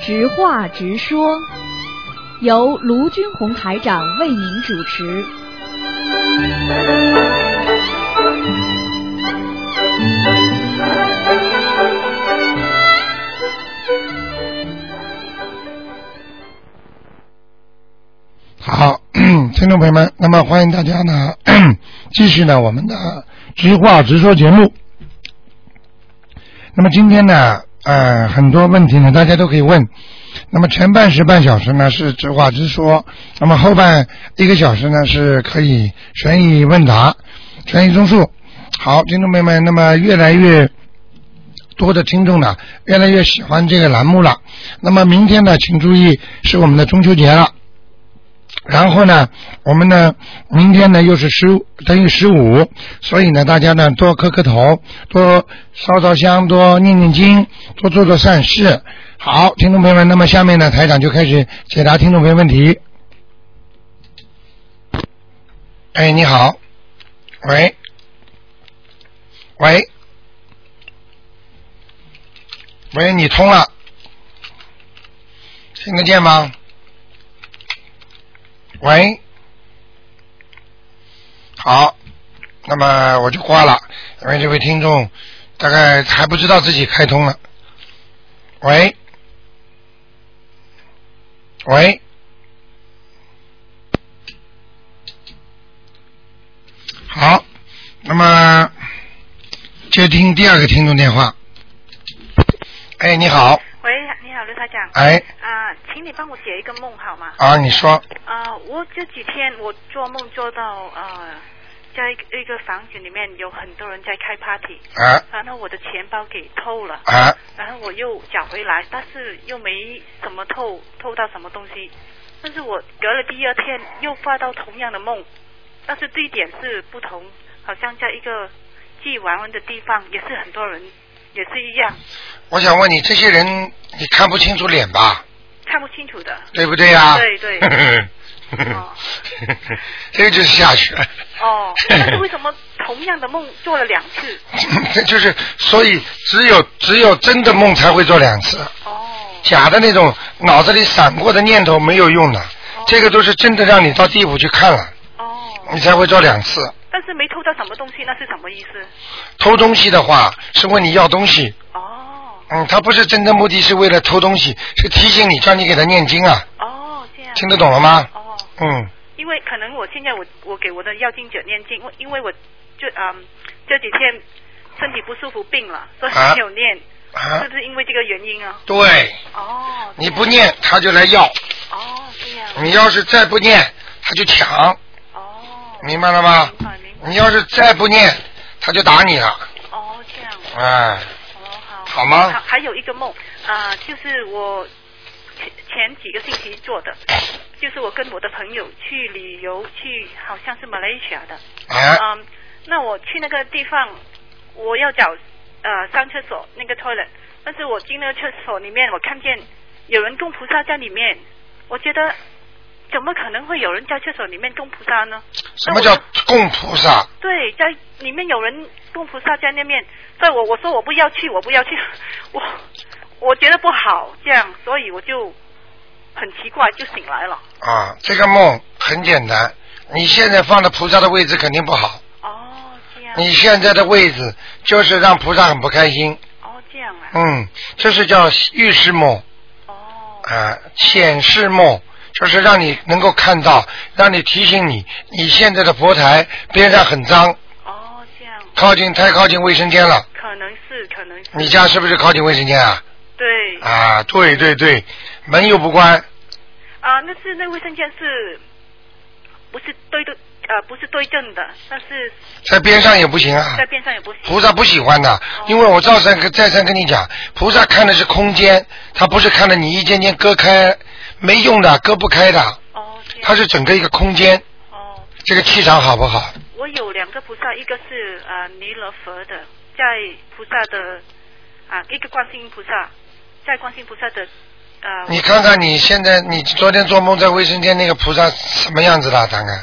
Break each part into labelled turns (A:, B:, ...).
A: 直话直说，由卢军红台长为您主持。
B: 好， 听众朋友们，那么欢迎大家呢， 继续呢我们的直话直说节目。那么今天呢，呃，很多问题呢大家都可以问。那么前半时半小时呢是直话直说，那么后半一个小时呢是可以悬疑问答、悬疑综述。好，听众朋友们，那么越来越多的听众呢，越来越喜欢这个栏目了。那么明天呢，请注意是我们的中秋节了。然后呢，我们呢，明天呢又是十五等于十五，所以呢，大家呢多磕磕头，多烧烧香，多念念经，多做做善事。好，听众朋友们，那么下面呢，台长就开始解答听众朋友问题。哎，你好，喂，喂，喂，你通了，听得见吗？喂，好，那么我就挂了，因为这位听众大概还不知道自己开通了。喂，喂，好，那么接听第二个听众电话。哎，你好，
C: 喂，你好，刘台长。
B: 哎，
C: 啊、请你帮我解一个梦好吗？
B: 啊，你说，
C: 啊、我这几天我做梦做到呃，在一个一个房间里面有很多人在开 party，
B: 啊
C: 然后我的钱包给偷了，
B: 啊，
C: 然后我又找回来，但是又没怎么偷偷到什么东西，但是我隔了第二天又发到同样的梦，但是地点是不同，好像在一个既玩玩的地方，也是很多人，也是一样，
B: 我想问你，这些人你看不清楚脸吧？
C: 看不清楚的。
B: 对不对啊呀、
C: 对对哦
B: 这个就是下雪，
C: 哦，但是为什么同样的梦做了两次？
B: 这就是所以只有只有真的梦才会做两次，
C: 哦，
B: 假的那种脑子里闪过的念头没有用的，这个都是真的让你到地府去看了，
C: 哦，
B: 你才会做两次。
C: 但是没偷到什么东西，那是什么意思？
B: 偷东西的话是问你要东西，
C: 哦，
B: 嗯，他不是真正目的是为了偷东西，是提醒你叫你给他念经啊，
C: 哦，这样。
B: 听得懂了吗？
C: 哦，
B: 嗯，
C: 因为可能我现在我我给我的要经者念经，因为因为我就嗯这几天身体不舒服病了，所以
B: 啊
C: 没有念，
B: 啊
C: 是，不是因为这个原因啊？
B: 对，
C: 哦，
B: 你不念他就来要，
C: 哦，这样，
B: 你要是再不念他就抢。
C: 哦，
B: 明白了吗？
C: 明白明白，
B: 你要是再不念，他就打你了，
C: 哦，这样。
B: 哎，
C: 哦，好，
B: 好吗
C: 还还有一个梦啊、就是我前前几个星期做的，
B: 啊
C: 就是我跟我的朋友去旅游，去好像是马来西亚的，
B: 哎，
C: 嗯，那我去那个地方，我要找呃上厕所那个 toilet，但是我进那个厕所里面，我看见有人供菩萨在里面，我觉得怎么可能会有人在厕所里面供菩萨呢？
B: 什么叫供菩萨？
C: 对，在里面有人供菩萨在那面，所以我我说我不要去，我不要去， 我我觉得不好这样，所以我就很奇怪就醒来了。
B: 啊，这个梦很简单，你现在放的菩萨的位置肯定不好，
C: 哦，这样，
B: 你现在的位置就是让菩萨很不开心，
C: 哦这样啊，
B: 嗯，这是叫预示梦
C: 哦
B: 啊，显示梦。就是让你能够看到，让你提醒你，你现在的佛台边上很脏，
C: 哦这样，
B: 靠近太靠近卫生间了。
C: 可能是可能是，
B: 你家是不是靠近卫生间啊？
C: 对啊
B: 啊，对对对，门又不关，
C: 啊那是那卫生间是不是对的呃不是对正的，但是
B: 在边上也不行啊
C: 在。边上也不行。
B: 菩萨不喜欢的，因为我照三跟再三跟你讲，菩萨看的是空间，他不是看的你一间间割开，没用的，割不开的，
C: 哦这
B: 他
C: 样
B: 是整个一个空间，
C: 哦。
B: 这个气场好不好？
C: 我有两个菩萨，一个是呃弥勒佛的，在菩萨的啊、一个观世音菩萨，在观世音菩萨的呃
B: 你看看你现在，你昨天做梦在卫生间那个菩萨什么样子的？大概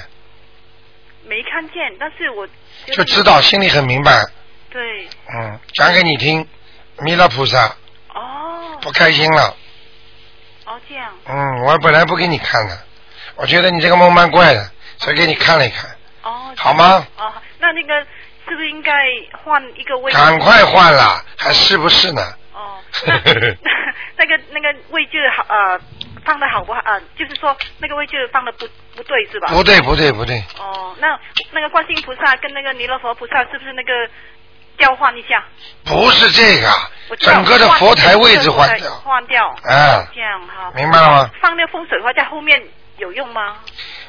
C: 没看见，但是我觉得
B: 就知道，心里很明白。
C: 对
B: 嗯，讲给你听，弥勒菩萨
C: 哦
B: 不开心了，
C: 样。
B: 嗯，我本来不给你看的，我觉得你这个梦蛮怪的，所以给你看了一看。
C: 哦。
B: 好吗？
C: 哦，那那个是不是应该换一个位置？
B: 赶快换
C: 嗯
B: 了，还是不是呢？
C: 哦， 那那那个那个位置好呃放的好不好？呃，就是说那个位置放的不不对是吧？
B: 不对，不对，不对，
C: 哦，那那个观世音菩萨跟那个弥勒佛菩萨是不是那个交换一下？
B: 不是这个
C: 我，知道
B: 整个的佛台位置换
C: 整个佛台
B: 掉。
C: 换掉。
B: 嗯
C: 这样哈。
B: 明白了吗？
C: 放那个风水画在后面有用吗？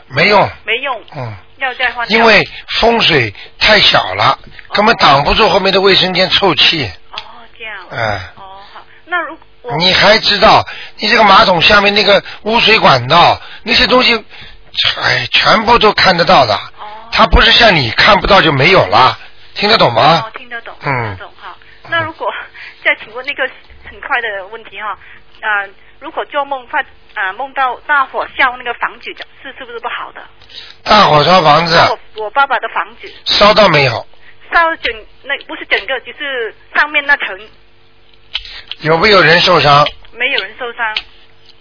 B: 没用，
C: 没用，
B: 嗯，
C: 要再换掉。
B: 因为风水太小了，根本挡不住后面的卫生间臭气。
C: 哦，这样。
B: 哎
C: 哦，好，那如我
B: 你还知道，你这个马桶下面那个污水管道那些东西，哎，全部都看得到的。
C: 哦，
B: 它不是像你看不到就没有了，听得懂吗
C: 哦，？听得懂，
B: 嗯
C: 听得懂哈。那如果 再请问那个很快的问题哈，啊、如果做梦发啊、梦到大火烧那个房子，是是不是不好的？
B: 大火烧房子，
C: 我我爸爸的房子
B: 烧到没有？
C: 烧整那不是整个，就是上面那层
B: 有没有人受伤？
C: 没有人受伤，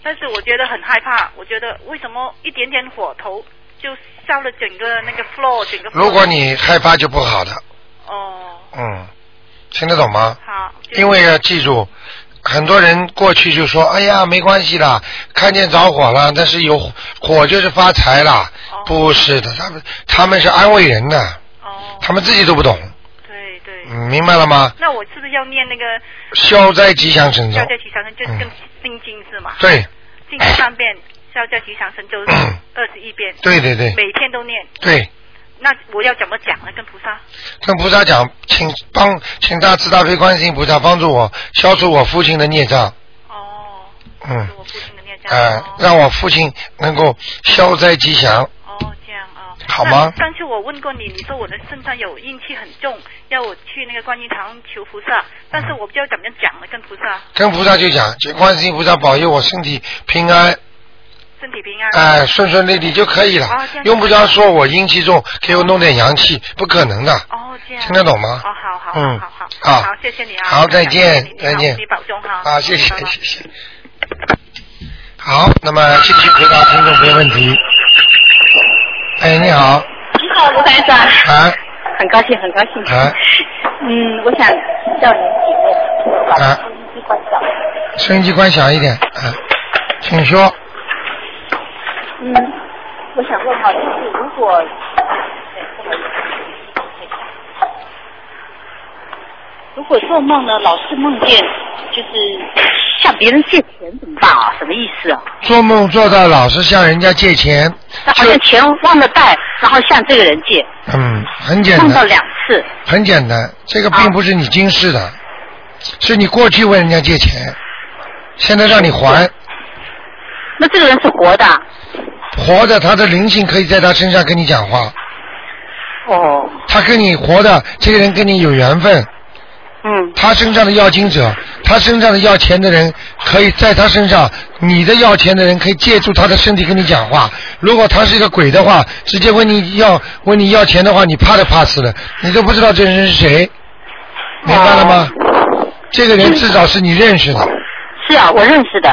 C: 但是我觉得很害怕，我觉得为什么一点点火头就烧了整个 那个 floor 整个 floor。
B: 如果你害怕就不好的，
C: 哦，
B: 嗯，听得懂吗？
C: 好，就是
B: 因为要记住，很多人过去就说：“哎呀，没关系啦，看见着火了，但是有火火就是发财啦。”
C: 哦
B: 不是的，他们他们是安慰人的，
C: 哦，
B: 他们自己都不懂，
C: 对对。
B: 嗯明白了吗？
C: 那我是不是要念那个
B: 消灾吉祥神咒
C: 消，灾吉祥神就是跟
B: 嗯
C: 定经是吗？
B: 对
C: 定经三遍，消灾吉祥神咒
B: 嗯
C: 二十一遍，
B: 对对对
C: 每天都念。
B: 对，
C: 那我要怎么讲呢？跟菩萨？
B: 跟菩萨讲，请帮，请大慈大悲观世音菩萨帮助我消除我父亲的孽障，
C: 哦，
B: 嗯
C: 是，我父亲的念障。
B: 呃，
C: 哦
B: 让我父亲能够消灾吉祥。
C: 哦，这样哦。
B: 好吗
C: 那上次我问过你，你说我的身上有阴气很重，要我去那个观音堂求菩萨，但是我不知道怎么样讲呢，跟菩萨
B: 跟菩萨就讲，请观世音菩萨保佑我身体平安，
C: 身体平安。
B: 哎、顺顺利利就可以了
C: 哦这样，
B: 用不着说我阴气重，给我弄点阳气，不可能的。
C: 哦，这样
B: 听得懂吗
C: 哦，好好，
B: 嗯
C: 好好，
B: 好
C: 好，谢谢你啊，
B: 好再见
C: 谢谢你你好
B: 再见
C: 你保重哈，嗯
B: 啊，谢谢
C: 拜拜
B: 谢谢。好，那么继续回答听众朋友问题。哎，你好，
D: 你好，卢台长，
B: 啊
D: 很高兴，很高兴。
B: 啊，
D: 嗯，我想叫您几位，我把收音机关掉。
B: 收音机关小一点，啊，请说。
D: 嗯，我想问哈，就是如果，对这个有等一下如果做梦呢，老是梦见就是向别人借钱怎么办啊？什么意思啊？
B: 做梦做到老是向人家借钱，
D: 那 好像钱忘了带，然后向这个人借，
B: 嗯，很简
D: 梦到
B: 单，
D: 两次。
B: 很简单，这个并不是你今世的，是你过去问人家借钱，现在让你还，
D: 那这个人是活的啊？
B: 活着他的灵性可以在他身上跟你讲话，
D: 哦，
B: 他跟你活的这个人跟你有缘分，
D: 嗯，
B: 他身上的要经者，他身上的要钱的人，可以在他身上，你的要钱的人可以借助他的身体跟你讲话。如果他是一个鬼的话，直接问你要问你要钱的话，你怕都怕死了，你都不知道这人是谁，明白了吗？这个人至少是你认识的，
D: 是啊，我认识的，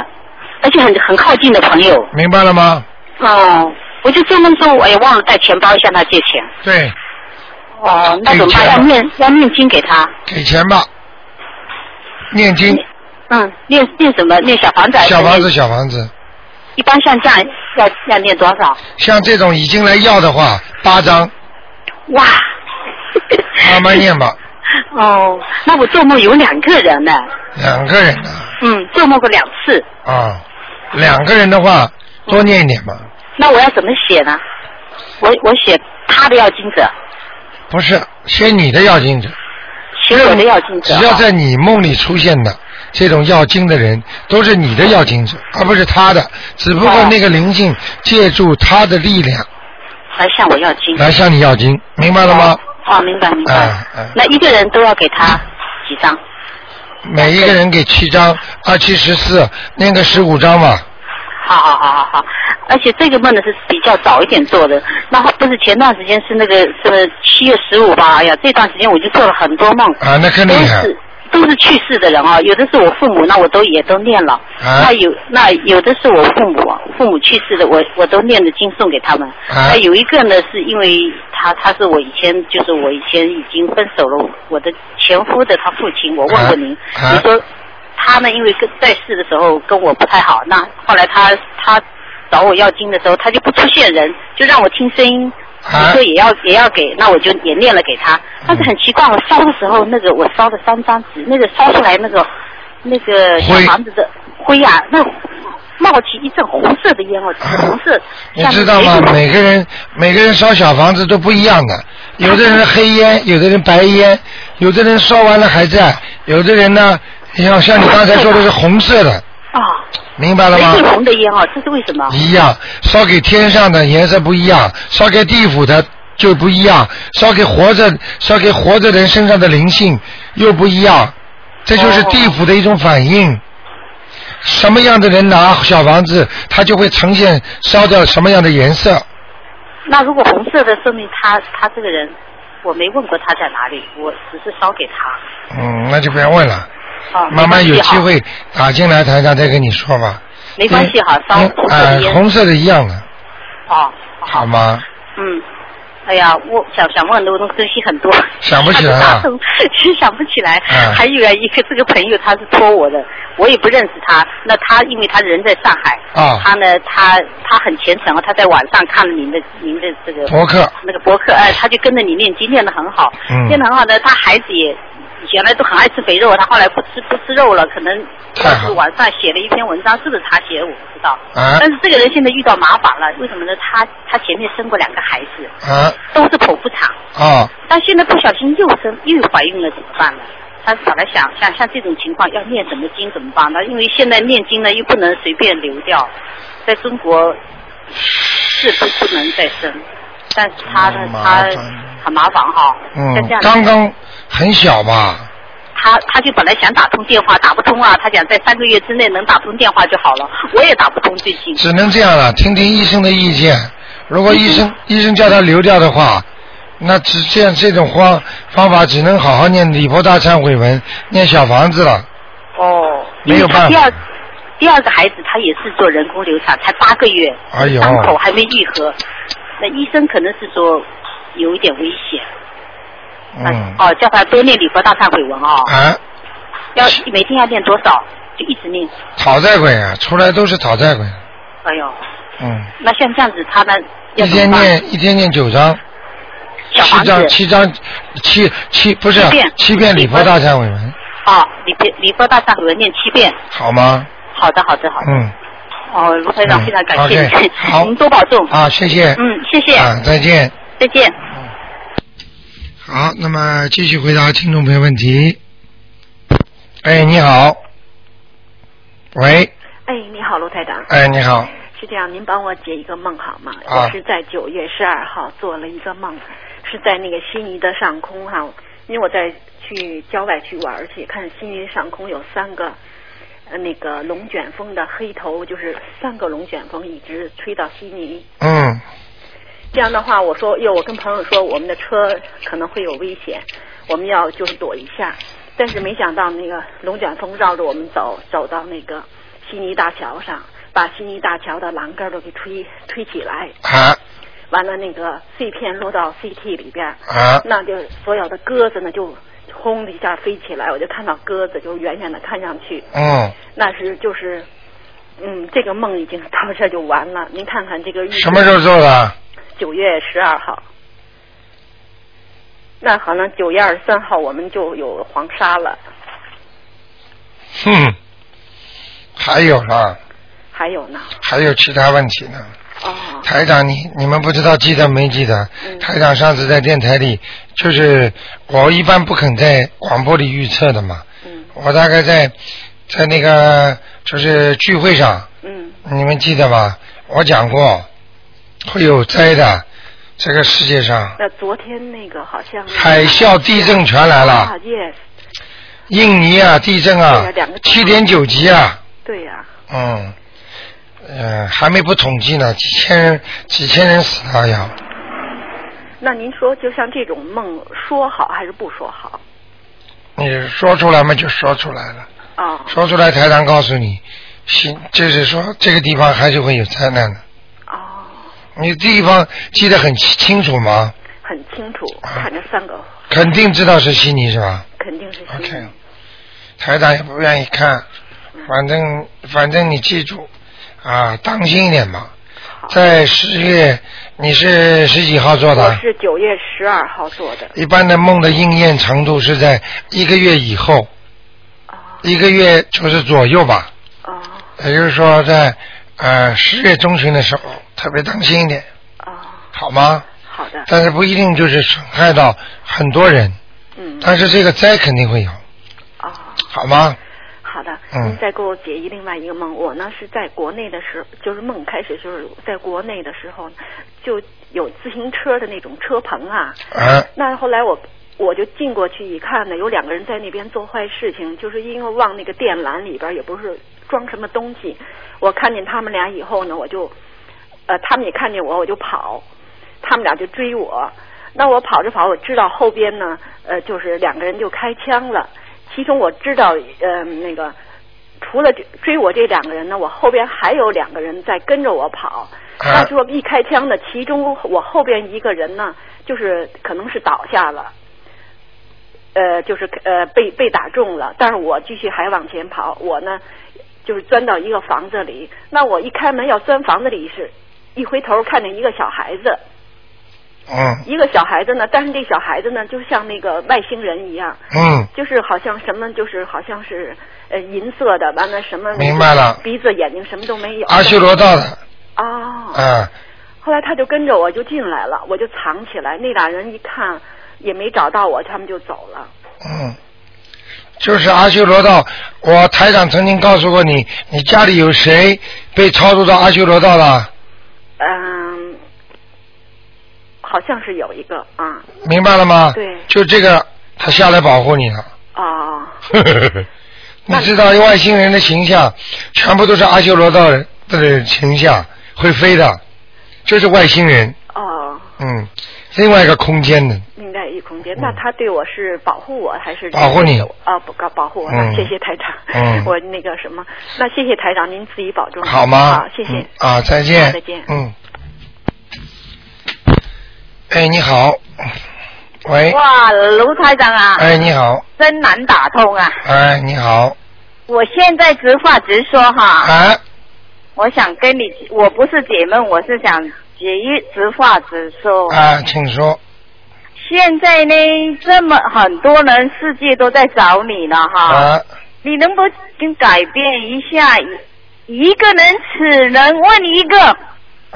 D: 而且很很靠近的朋友。
B: 明白了吗？
D: 哦，我就做梦中我也哎忘了带钱包向他借钱。
B: 对，
D: 哦，那
B: 给
D: 怎么办？
B: 钱
D: 要
B: 吗
D: 念要念经给他。
B: 给钱吧，念经，
D: 嗯，念念什么？念小房子还是
B: 小
D: 念？
B: 房子，小房子，
D: 一般像这样要要念多少？
B: 像这种已经来要的话，八张，
D: 哇！
B: 慢慢念吧，
D: 哦，那我做梦有两个人呢。
B: 两个人呢、
D: 嗯，做梦过两次。
B: 啊，两个人的话多念一点嘛，
D: 那我要怎么写呢？我我写他的要经者，
B: 不是写你的要经者，
D: 写我的要经者
B: 只
D: 啊。
B: 要在你梦里出现的这种要经的人，都是你的要经者，而不是他的，只不过
D: 哦
B: 那个灵性借助他的力量
D: 啊来向我要经。
B: 来向你要经，明白了吗？
D: 哦，明白明白。
B: 哎哎
D: 那一个人都要给他几张？
B: 每一个人给七张，二七十四，念个十五张吧。
D: 好好好好好，而且这个梦呢是比较早一点做的，然后不是前段时间是那个是七月十五吧？哎呀，这段时间我就做了很多梦，
B: 啊那更厉害
D: 都是都是去世的人啊，有的是我父母，那我都也都念了。
B: 啊
D: 那有那有的是我父母，啊父母去世的，我我都念的经送给他们。
B: 啊
D: 那有一个呢，是因为他他是我以前就是我以前已经分手了，我的前夫的他父亲，我问过您，
B: 啊啊
D: 你说他呢，因为跟在世的时候跟我不太好，那后来他他找我要经的时候，他就不出现人，就让我听声音。
B: 啊
D: 你说也要也要给，那我就也念了给他。但是很奇怪，我烧的时候，那个我烧了三张纸，那个烧出来那个那个小
B: 灰
D: 房子的灰啊，那冒起一阵红色的烟哦，紫红色。
B: 你知道吗
D: 像？煤
B: 每个人每个人烧小房子都不一样的，有的人黑烟，有的人白烟，有的人烧完了还在，有的人呢，要像你刚才说的是红色的，
D: 啊，
B: 明白了
D: 没
B: 吗？
D: 见红的烟哦，这是为什么？
B: 一样，烧给天上的颜色不一样，烧给地府的就不一样，烧给活着烧给活着人身上的灵性又不一样，这就是地府的一种反应。什么样的人拿小房子，他就会呈现烧掉什么样的颜色。
D: 那如果红色的，说明他他这个人，我没问过他在哪里，我只是烧给他。
B: 嗯，那就不要问了，
D: 啊，
B: 慢慢有机
D: 没关系哈，
B: 会打进来台上再跟你说吧。
D: 没关系哈，烧
B: 嗯
D: 红色
B: 哎
D: 的烟。啊
B: 红色的一样的，
D: 哦，
B: 好吗？
D: 嗯，哎呀，我想想问很多东西很多，
B: 想不起来了
D: 啊，其实 想不起来。
B: 嗯
D: 还有啊，一个这个朋友他是托我的，我也不认识他。那他因为他人在上海，
B: 啊
D: 他呢，他他很虔诚，啊他在网上看了您的您的这个
B: 博客，
D: 那个博客，哎，他就跟着你念经，念得很好，
B: 嗯
D: 念得很好呢。他孩子也原来都很爱吃肥肉，他后来不吃不吃肉了，可能
B: 太好
D: 是网上写了一篇文章，是不是他写的我不知道。
B: 啊
D: 但是这个人现在遇到麻烦了，为什么呢？他他前面生过两个孩子，
B: 啊
D: 都是剖腹产，
B: 啊，
D: 但现在不小心又生又怀孕了，怎么办呢？他本来想像像这种情况要念什么经怎么办呢？因为现在念经呢又不能随便流掉，在中国是不不能再生，但是他呢
B: 嗯麻
D: 他
B: 烦
D: 很麻烦哈，像这
B: 嗯
D: 样，
B: 刚刚很小吧？
D: 他他就本来想打通电话打不通啊，他想在三个月之内能打通电话就好了，我也打不通最近。
B: 只能这样了，听听医生的意见。如果医
D: 嗯
B: 生医生叫他流掉的话，那只这样这种方方法只能好好念礼佛大忏悔文，念小房子了。
D: 哦，
B: 没有办法
D: 因为他第二第二个孩子他也是做人工流产，才八个月，
B: 哎呦
D: 伤口还没愈合。那医生可能是说有一点危险，那
B: 嗯，
D: 哦，叫他多念礼佛大忏悔文哦，
B: 啊，
D: 要每天要念多少？就一直念。
B: 讨债鬼啊，出来都是讨债鬼。
D: 哎呦，
B: 嗯，
D: 那像这样子他呢要
B: 一
D: 怎
B: 天
D: 么办？
B: 念一天念九章，
D: 小
B: 七
D: 房
B: 章
D: 子
B: 七章七七不是
D: 七遍
B: 七遍礼佛大忏悔文，
D: 啊，礼佛礼佛大忏悔文念七遍。
B: 好吗？
D: 好的，好的，好的。
B: 嗯，
D: 哦，卢台长，
B: 嗯
D: 非常感谢
B: OK，好
D: 您，您多保重。
B: 啊，谢谢。
D: 嗯，谢谢，
B: 啊，再见。
D: 再见。
B: 好，那么继续回答听众朋友问题。哎，你好。喂，
E: 哎，你好，卢台长，
B: 哎，你好，
E: 是这样，您帮我解一个梦好吗？
B: 啊
E: 我是在九月十二号做了一个梦，是在那个悉尼的上空哈、因为我在去郊外去玩去，看悉尼上空有三个。呃，那个龙卷风的黑头就是三个龙卷风一直吹到悉尼，
B: 嗯，
E: 这样的话，我说哟，我跟朋友说我们的车可能会有危险，我们要就是躲一下。但是没想到那个龙卷风绕着我们走，走到那个悉尼大桥上，把悉尼大桥的栏杆儿都给吹吹起来，
B: 啊
E: 完了那个碎片落到 CT 里边儿，
B: 啊
E: 那就所有的鸽子呢就轰的一下飞起来，我就看到鸽子就远远的看上去，
B: 嗯，
E: 那是就是，嗯，这个梦已经到这儿就完了。您看看这个预
B: 什么时候做的？
E: 九月十二号。那好了，九月二十三号我们就有黄沙了，
B: 哼，还有啦，
E: 还有呢。
B: 还有其他问题呢。
E: 哦，
B: 台长，你你们不知道记得没记得？
E: 嗯
B: 台长上次在电台里，就是我一般不肯在广播里预测的嘛，
E: 嗯
B: 我大概在在那个就是聚会上。
E: 嗯
B: 你们记得吧？我讲过会有灾的，这个世界上
E: 那昨天那个好像
B: 海啸、地震全来
E: 啊
B: 了，
E: ，yes，
B: 印尼啊地震啊
E: 对啊两个，地
B: 七
E: 震
B: 点九级啊，
E: 对呀、
B: 嗯，呃，还没不统计呢，几千人几千人死了呀，
E: 那您说，就像这种梦，说好还是不说好？
B: 你说出来嘛，就说出来了。
E: 哦
B: 说出来，台长告诉你，行，就是说这个地方还是会有灾难的。
E: 哦，
B: 你地方记得很清楚吗？
E: 很清楚，看着三个
B: 肯定知道是悉尼是吧
E: 肯定是新
B: ？OK，台长也不愿意看，反正反正你记住啊，当心一点吧。在十月，你是十几号做的？
E: 我是九月十二号做的，
B: 一般的梦的应验程度是在一个月以后，
E: 啊
B: 一个月就是左右吧。
E: 哦
B: 也就是说在呃十月中旬的时候，特别当心一点。好吗？
E: 哦好的，
B: 但是不一定就是损害到很多人，
E: 嗯，哦
B: 但是这个灾肯定会有。好吗？
E: 好的，
B: 嗯
E: 您再给我解一另外一个梦。我呢是在国内的时候，就是梦开始就是在国内的时候，就有自行车的那种车棚啊。
B: 啊
E: 那后来我我就进过去一看呢，有两个人在那边做坏事情，就是因为往那个电缆里边也不是装什么东西。我看见他们俩以后呢，我就呃，他们也看见我，我就跑，他们俩就追我。那我跑着跑，我知道后边呢，呃，就是两个人就开枪了。其中我知道，呃，那个除了追追我这两个人呢，我后边还有两个人在跟着我跑。
B: 啊
E: 那时候一开枪呢，其中我后边一个人呢，就是可能是倒下了，呃，就是呃被被打中了，但是我继续还往前跑，我呢就是钻到一个房子里，那我一开门要钻房子里是，一回头看见一个小孩子，
B: 嗯
E: 一个小孩子呢，但是这小孩子呢，就像那个外星人一样，
B: 嗯，
E: 就是好像什么，就是好像是呃银色的，完了什么
B: 明白了
E: 鼻子眼睛什么都没有。
B: 阿修罗道的
E: 哦，
B: 啊，
E: 后来他就跟着我就进来了，我就藏起来。那俩人一看也没找到我，他们就走了。
B: 嗯，就是阿修罗道。我台长曾经告诉过你，你家里有谁被超度到阿修罗道了？
E: 嗯，好像是有一个啊
B: 明白了吗？
E: 对
B: 就这个，他下来保护你了。
E: 哦，
B: 你知道外星人的形象，全部都是阿修罗道人的形象，会飞的，就是外星人。
E: 哦，
B: 嗯，另外一个空间的，
E: 另外一空间。那他对我是保护我还是
B: 嗯保护你
E: 啊？不，保护我。
B: 嗯
E: 谢谢台长。
B: 嗯
E: 我那个什么，那谢谢台长，您自己保重。
B: 好吗？
E: 好，谢谢。
B: 嗯啊，再见。
E: 好再见
B: 嗯。哎，你好。喂。
D: 哇，卢台长啊，
B: 哎，你好。
D: 真难打通啊！
B: 哎，你好。
D: 我现在直话直说哈，
B: 啊，
D: 我想跟你，我不是解闷，我是想解一直话直说。
B: 啊，请说。
D: 现在呢，这么很多人世界都在找你了哈，
B: 啊，
D: 你能不能改变一下？一个人只能问一个，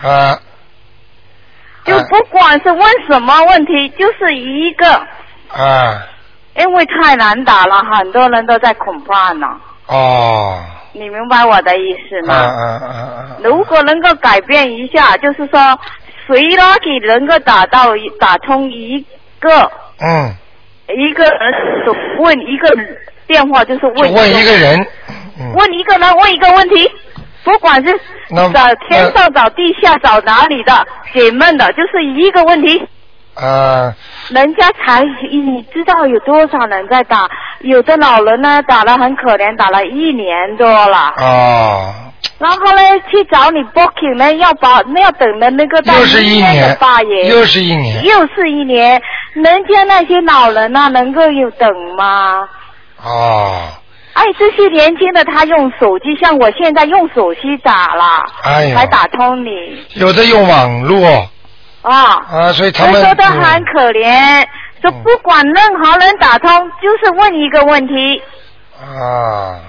B: 啊，
D: 就不管是问什么问题，就是一个，
B: 啊，
D: 因为太难打了，很多人都在恐怕呢。
B: 哦，
D: 你明白我的意思
B: 啊
D: 吗？
B: 啊啊
D: 如果能够改变一下，就是说谁 lucky 能够打到一打通一个
B: 啊，嗯，
D: 一个人所问一个电话，就是
B: 就
D: 问
B: 问一个人，嗯，
D: 问一个人问一个问题，不管是
B: 那
D: 找天上找地下找哪里的解闷的，就是一个问题。
B: 啊，
D: 人家才你知道有多少人在打，有的老人呢打了很可怜，打了一年多了，
B: 哦，
D: 然后呢去找你 booking 呢，要把那要等的那个到
B: 又是一
D: 明的
B: 年
D: 八爷，，
B: 又是一年，
D: 又是一年，人家那些老人呐、能够有等吗？
B: 哦，
D: 哎，这些年轻的他用手机，像我现在用手机打了，
B: 哎呦
D: 才打通你
B: 有的用网络
D: 啊。
B: 啊，所以他
D: 所以
B: 们嗯
D: 说的很可怜，说不管任何人打通，就是问一个问题，
B: 嗯啊，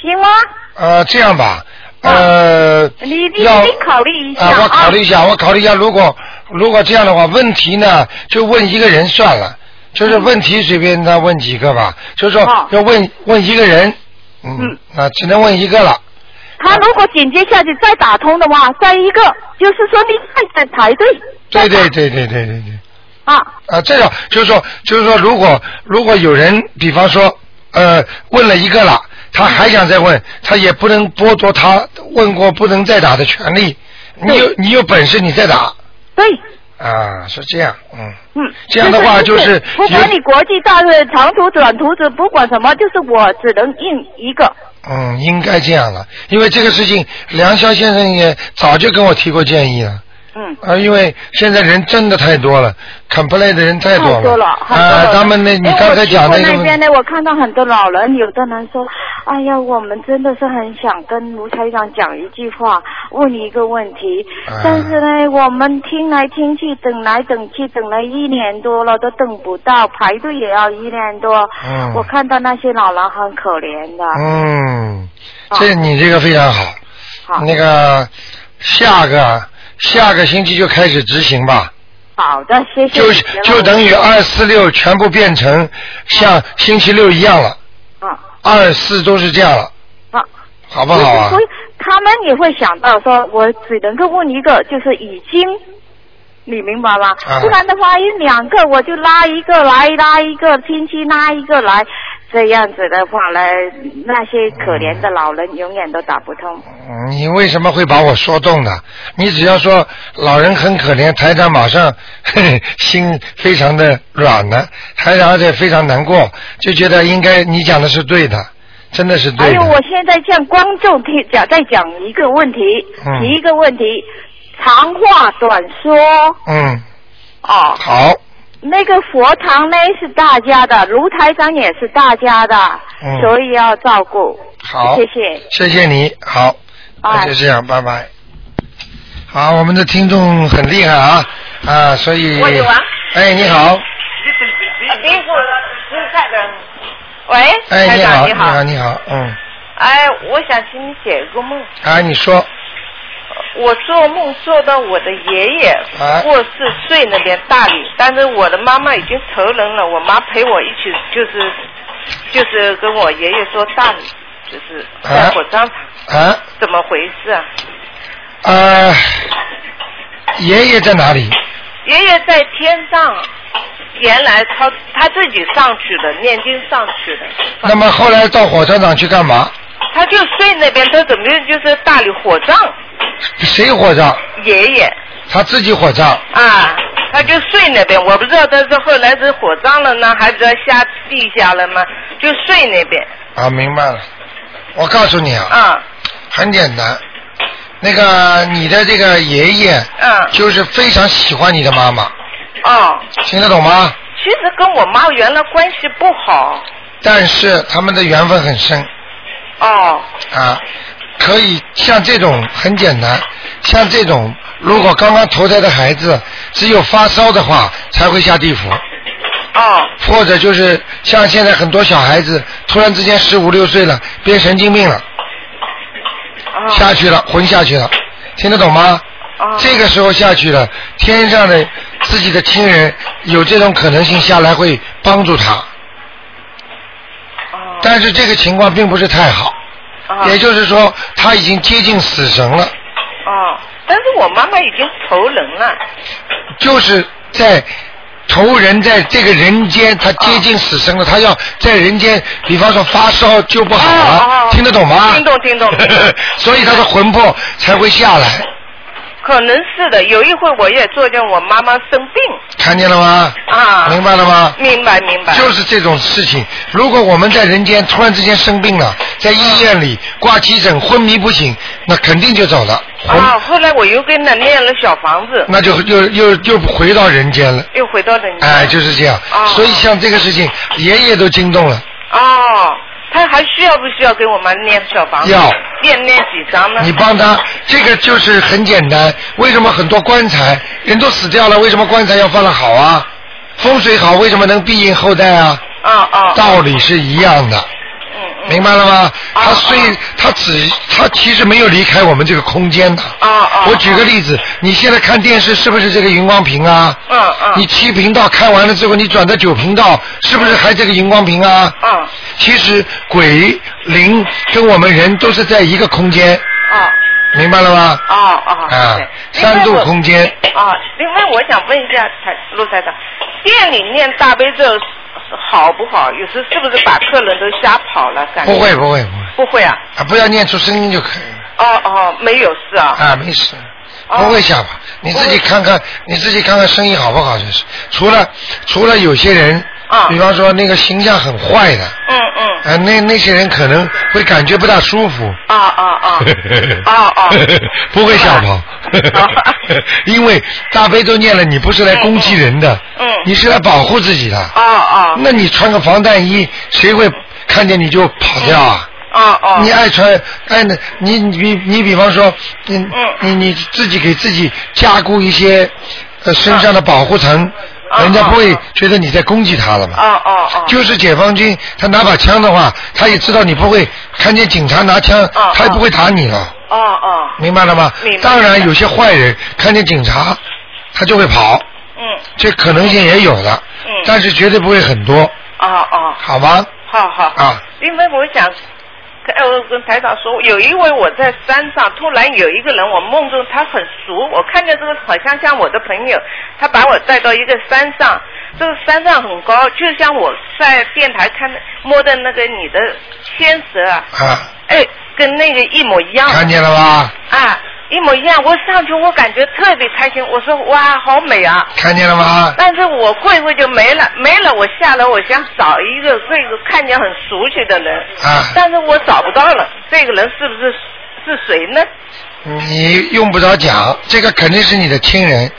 D: 行吗？
B: 呃，这样吧，呃，
D: 嗯你你
B: 要
D: 你考虑一下
B: 啊，我考虑一下，我考虑一下，如果如果这样的话，问题呢就问一个人算了，就是问题随便他问几个吧，就是说
D: 嗯好
B: 要问问一个人，嗯
D: 嗯，
B: 啊，只能问一个了，
D: 他如果紧接下去再打通的话，再一个就是说你再在排队。
B: 对对
D: 再打
B: 对对对对对，
D: 啊，
B: 啊，这个就是说就是说，如果如果有人，比方说呃问了一个了，他还想再问，他也不能剥夺他问过不能再打的权利，你有你有本事你再打，
D: 对，
B: 啊，是这样，嗯，
D: 嗯，
B: 这样的话就是
D: 是不管你国际大事、长途短途子，不管什么，就是我只能印一个。
B: 嗯，应该这样了，因为这个事情，梁霄先生也早就跟我提过建议了。
D: 嗯。
B: 啊，因为现在人真的太多了，complain 的人太多
D: 太多了，很多
B: 啊，
D: 了
B: 他们那，
D: 因
B: 你
D: 为
B: 刚才讲
D: 我去过
B: 个
D: 那
B: 问
D: 边呢，我看到很多老人，有的人说，哎呀，我们真的是很想跟卢台长讲一句话，问你一个问题，
B: 啊
D: 但是呢，我们听来听去，等来等去，等了一年多了，都等不到，排队也要一年多。
B: 嗯
D: 我看到那些老人很可怜的。
B: 嗯，
D: 啊
B: 这你这个非常好。
D: 好，
B: 那个下个下个星期就开始执行吧。
D: 好的，谢谢
B: 就
D: 你了。
B: 就等于二四六全部变成像星期六一样了，
D: 嗯，
B: 二四都是这样了，
D: 好。
B: 好不好啊
D: 所？以他们也会想到说，我只能够问一个，就是已经，你明白吗？
B: 啊
D: 不然的话，一两个我就拉一个来，拉一个亲戚拉一个来，这样子的话呢，那些可怜的老人永远都打不通。
B: 嗯你为什么会把我说动呢？你只要说老人很可怜，台长马上 嘿嘿心非常的软了，台长而且非常难过，就觉得应该你讲的是对的，真的是
D: 还
B: 对
D: 有，哎我
B: 的。
D: 现在向观众提讲，再讲一个问题，
B: 嗯
D: 提一个问题，长话短说
B: 嗯，
D: 哦。
B: 好，
D: 那个佛堂呢是大家的，卢台长也是大家的，
B: 嗯
D: 所以要照顾。
B: 好
D: 谢谢。
B: 谢谢你，好，那
F: 啊
D: 哎
B: 就这样，拜拜。好，我们的听众很厉害啊啊，所以
F: 我有啊，
B: 哎，你好，
F: 别说了，您看着。喂，
B: 哎，
F: 台
B: 你
F: 长
B: 好，你
F: 好，
B: 你好，嗯，
F: 哎，我想请你解个梦。
B: 啊，你说，
F: 我做梦做到我的爷爷
B: 啊
F: 过世睡那边大理，但是我的妈妈已经投人了，我妈陪我一起就是就是跟我爷爷说大理，就是在火葬场，
B: 啊
F: 怎么回事啊？
B: 啊，爷爷在哪里？
F: 爷爷在天上，原来他他自己上去的，念经上去的，
B: 那么后来到火车站去干嘛？
F: 他就睡那边，他怎么就是大理火葬
B: 谁火葬？
F: 爷爷
B: 他自己火葬。
F: 啊？他就睡那边，我不知道他是后来是火葬了呢，还是下地下了吗？就睡那边，
B: 啊，明白了。我告诉你啊，
F: 啊，
B: 很简单，那个你的这个爷爷
F: 嗯，
B: 就是非常喜欢你的妈妈，
F: 哦，
B: 听得懂吗？
F: 其实跟我妈原来关系不好，
B: 但是他们的缘分很深
F: 哦，
B: 啊，可以像这种很简单，像这种如果刚刚投胎的孩子只有发烧的话才会下地府，
F: 哦，
B: 或者就是像现在很多小孩子突然之间十五六岁了变神经病了，
F: 哦，
B: 下去了魂下去了，听得懂吗？
F: 哦，
B: 这个时候下去了，天上的自己的亲人有这种可能性下来会帮助他，
F: 哦，
B: 但是这个情况并不是太好。
F: 哦
B: 也就是说，他已经接近死神了，
F: 哦，但是我妈妈已经投人了，
B: 就是在投人在这个人间，他接近死神
F: 啊
B: 了，他要在人间，比方说发烧就不好了，
F: 哦哦哦
B: 听得懂吗？
F: 听懂听懂听懂
B: 所以他的魂魄才会下来，
F: 可能是的。有一回我也做见我妈妈生病
B: 看见了吗？
F: 啊，
B: 明白了吗？
F: 明白明白，
B: 就是这种事情，如果我们在人间突然之间生病了，在医院里挂急诊昏迷不醒，那肯定就走了，魂、
F: 啊。后来我又跟他念了小房子，
B: 那就又又又回到人间了。
F: 又回到人家。
B: 哎，就是这样。
F: 哦
B: 所以像这个事情，爷爷都惊动了。
F: 哦，他还需要不需要给我妈念小房子？
B: 要
F: 念念几张呢？
B: 你帮他，这个就是很简单。为什么很多棺材人都死掉了，为什么棺材要放的好啊？风水好，为什么能庇荫后代啊？
F: 啊啊，
B: 道理是一样的，
F: 嗯嗯，
B: 明白了吗？
F: 哦
B: 他虽他只他其实没有离开我们这个空间的。
F: 啊啊，
B: 我举个例子，你现在看电视是不是这个荧光屏啊？
F: 嗯嗯，
B: 你七频道看完了之后，你转到九频道，是不是还这个荧光屏啊？
F: 嗯啊
B: 其实鬼灵跟我们人都是在一个空间，明白了吗？
F: 啊啊
B: 啊
F: 对，
B: 三度
F: 另外我
B: 空间。
F: 啊，另外我想问一下台陆台长，店里念大悲咒好不好？有时候是不是把客人都吓跑了？感觉
B: 不会不会不会，
F: 不会啊，
B: 啊，不要念出声音就可以了
F: 哦哦，没有事啊。
B: 啊，没事。不会下巴，你自己看看，你自己看看生意好不好就是。除了除了有些人，
F: 啊
B: 比方说那个形象很坏的，
F: 嗯嗯，
B: 啊、那那些人可能会感觉不大舒服。
F: 啊啊 啊，哦哦
B: 不会吓跑， 因为大悲咒念了，你不是来攻击人的，
F: 嗯嗯
B: 你是来保护自己的。
F: 哦哦
B: 那你穿个防弹衣，谁会看见你就跑掉啊？
F: 哦哦，
B: 你爱穿，爱那，你你比你比方说，你、
F: 嗯
B: 你你自己给自己加固一些呃身上的保护层，
F: 啊
B: 人家不会
F: 啊
B: 觉得你在攻击他了嘛。
F: 哦哦哦，
B: 就是解放军，他拿把枪的话，他也知道你不会看见警察拿枪，
F: 啊
B: 他也不会打你了，
F: 哦哦，
B: 明白了吗
F: 明？白
B: 当然，有些坏人看见警察，他就会跑，
F: 嗯
B: 这可能性也有的，
F: 嗯，
B: 但是绝对不会很多，
F: 哦哦，
B: 好吗？
F: 好好
B: 啊，
F: 因为我想，呃，我跟台长说，有一位我在山上，突然有一个人，我梦中他很熟，我看见这个好像像我的朋友，他把我带到一个山上，这个山上很高，就像我在电台看的摸的那个你的仙蛇啊，
B: 啊，
F: 哎，跟那个一模一样。
B: 看见了吧？
F: 啊，一模一样。我上去，我感觉特别开心，我说哇，好美啊！
B: 看见了吗？
F: 但是我会不会就没了？没了，我下楼我想找一个这个看见很熟悉的人，
B: 啊，
F: 但是我找不到了。这个人是不是是谁呢？
B: 你用不着讲，这个肯定是你的亲人。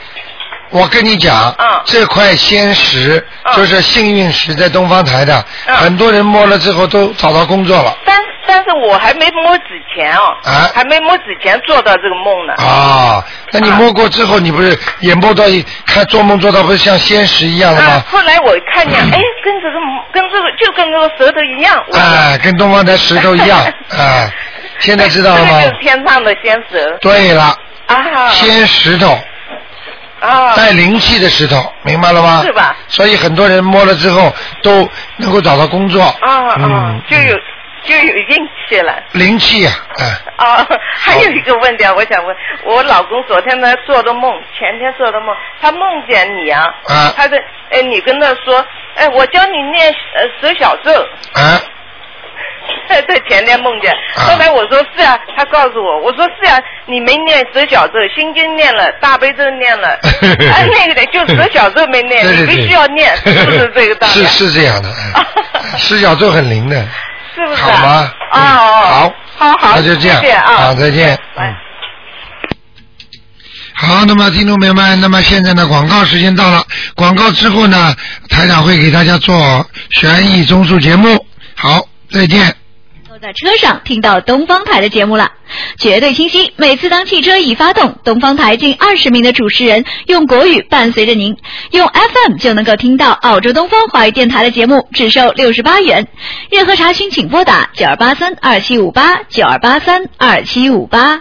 B: 我跟你讲，
F: 嗯
B: 这块仙石、
F: 嗯
B: 就是幸运石，在东方台的，
F: 嗯
B: 很多人摸了之后都找到工作了。
F: 但但是我还没摸之前哦，
B: 啊
F: 还没摸之前做到这个梦呢。
B: 啊，那你摸过之后，你不是也摸到一看做梦做到不是像仙石一样的
F: 啊
B: 吗！？
F: 后来我看见，哎，跟这个跟这个就跟这个舌头一样。我
B: 啊，跟东方台石头 一样啊。现在知道了
F: 这个
B: 吗
F: 就是？天上的仙蛇
B: 对了，
F: 啊！
B: 仙石头
F: 啊，
B: 带灵气的石头，明白了吗？
F: 是吧？
B: 所以很多人摸了之后都能够找到工作。
F: 啊啊
B: 嗯，，
F: 就有就有运气了。
B: 灵气啊，啊
F: 啊， 还有一个问题啊，我想问，我老公昨天呢做的梦，前天做的梦，他梦见你啊，
B: 啊
F: 他的，哎，你跟他说，哎，我教你念呃十小咒，
B: 啊
F: 在前天梦见，
B: 啊
F: 后来我说是啊，他告诉我，我说是啊，你没念十小咒，心经念了，大悲咒念 了，哎，那个的就十小咒没念，
B: 对
F: 你
B: 对对
F: 必须要 念，是不是这个道理
B: 是
F: 啊？
B: 是这样的，哎 石小咒很灵的，
F: 是不是
B: 好
F: 啊？
B: 吗？
F: 哦
B: 嗯
F: 哦，
B: 好，
F: 好好，
B: 那就这样，
F: 谢谢啊，
B: 好，再见。
F: 拜
B: 嗯。好，那么听众朋友们，那么现在呢，广告时间到了，广告之后呢，台长会给大家做悬疑综述节目。好，再见。
A: 都在车上听到东方台的节目了，绝对清晰。每次当汽车一发动，东方台近二十名的主持人用国语伴随着您，用 FM 就能够听到澳洲东方华语电台的节目，只收六十八元。任何查询请拨打九二八三二七五八九二八三二七五八。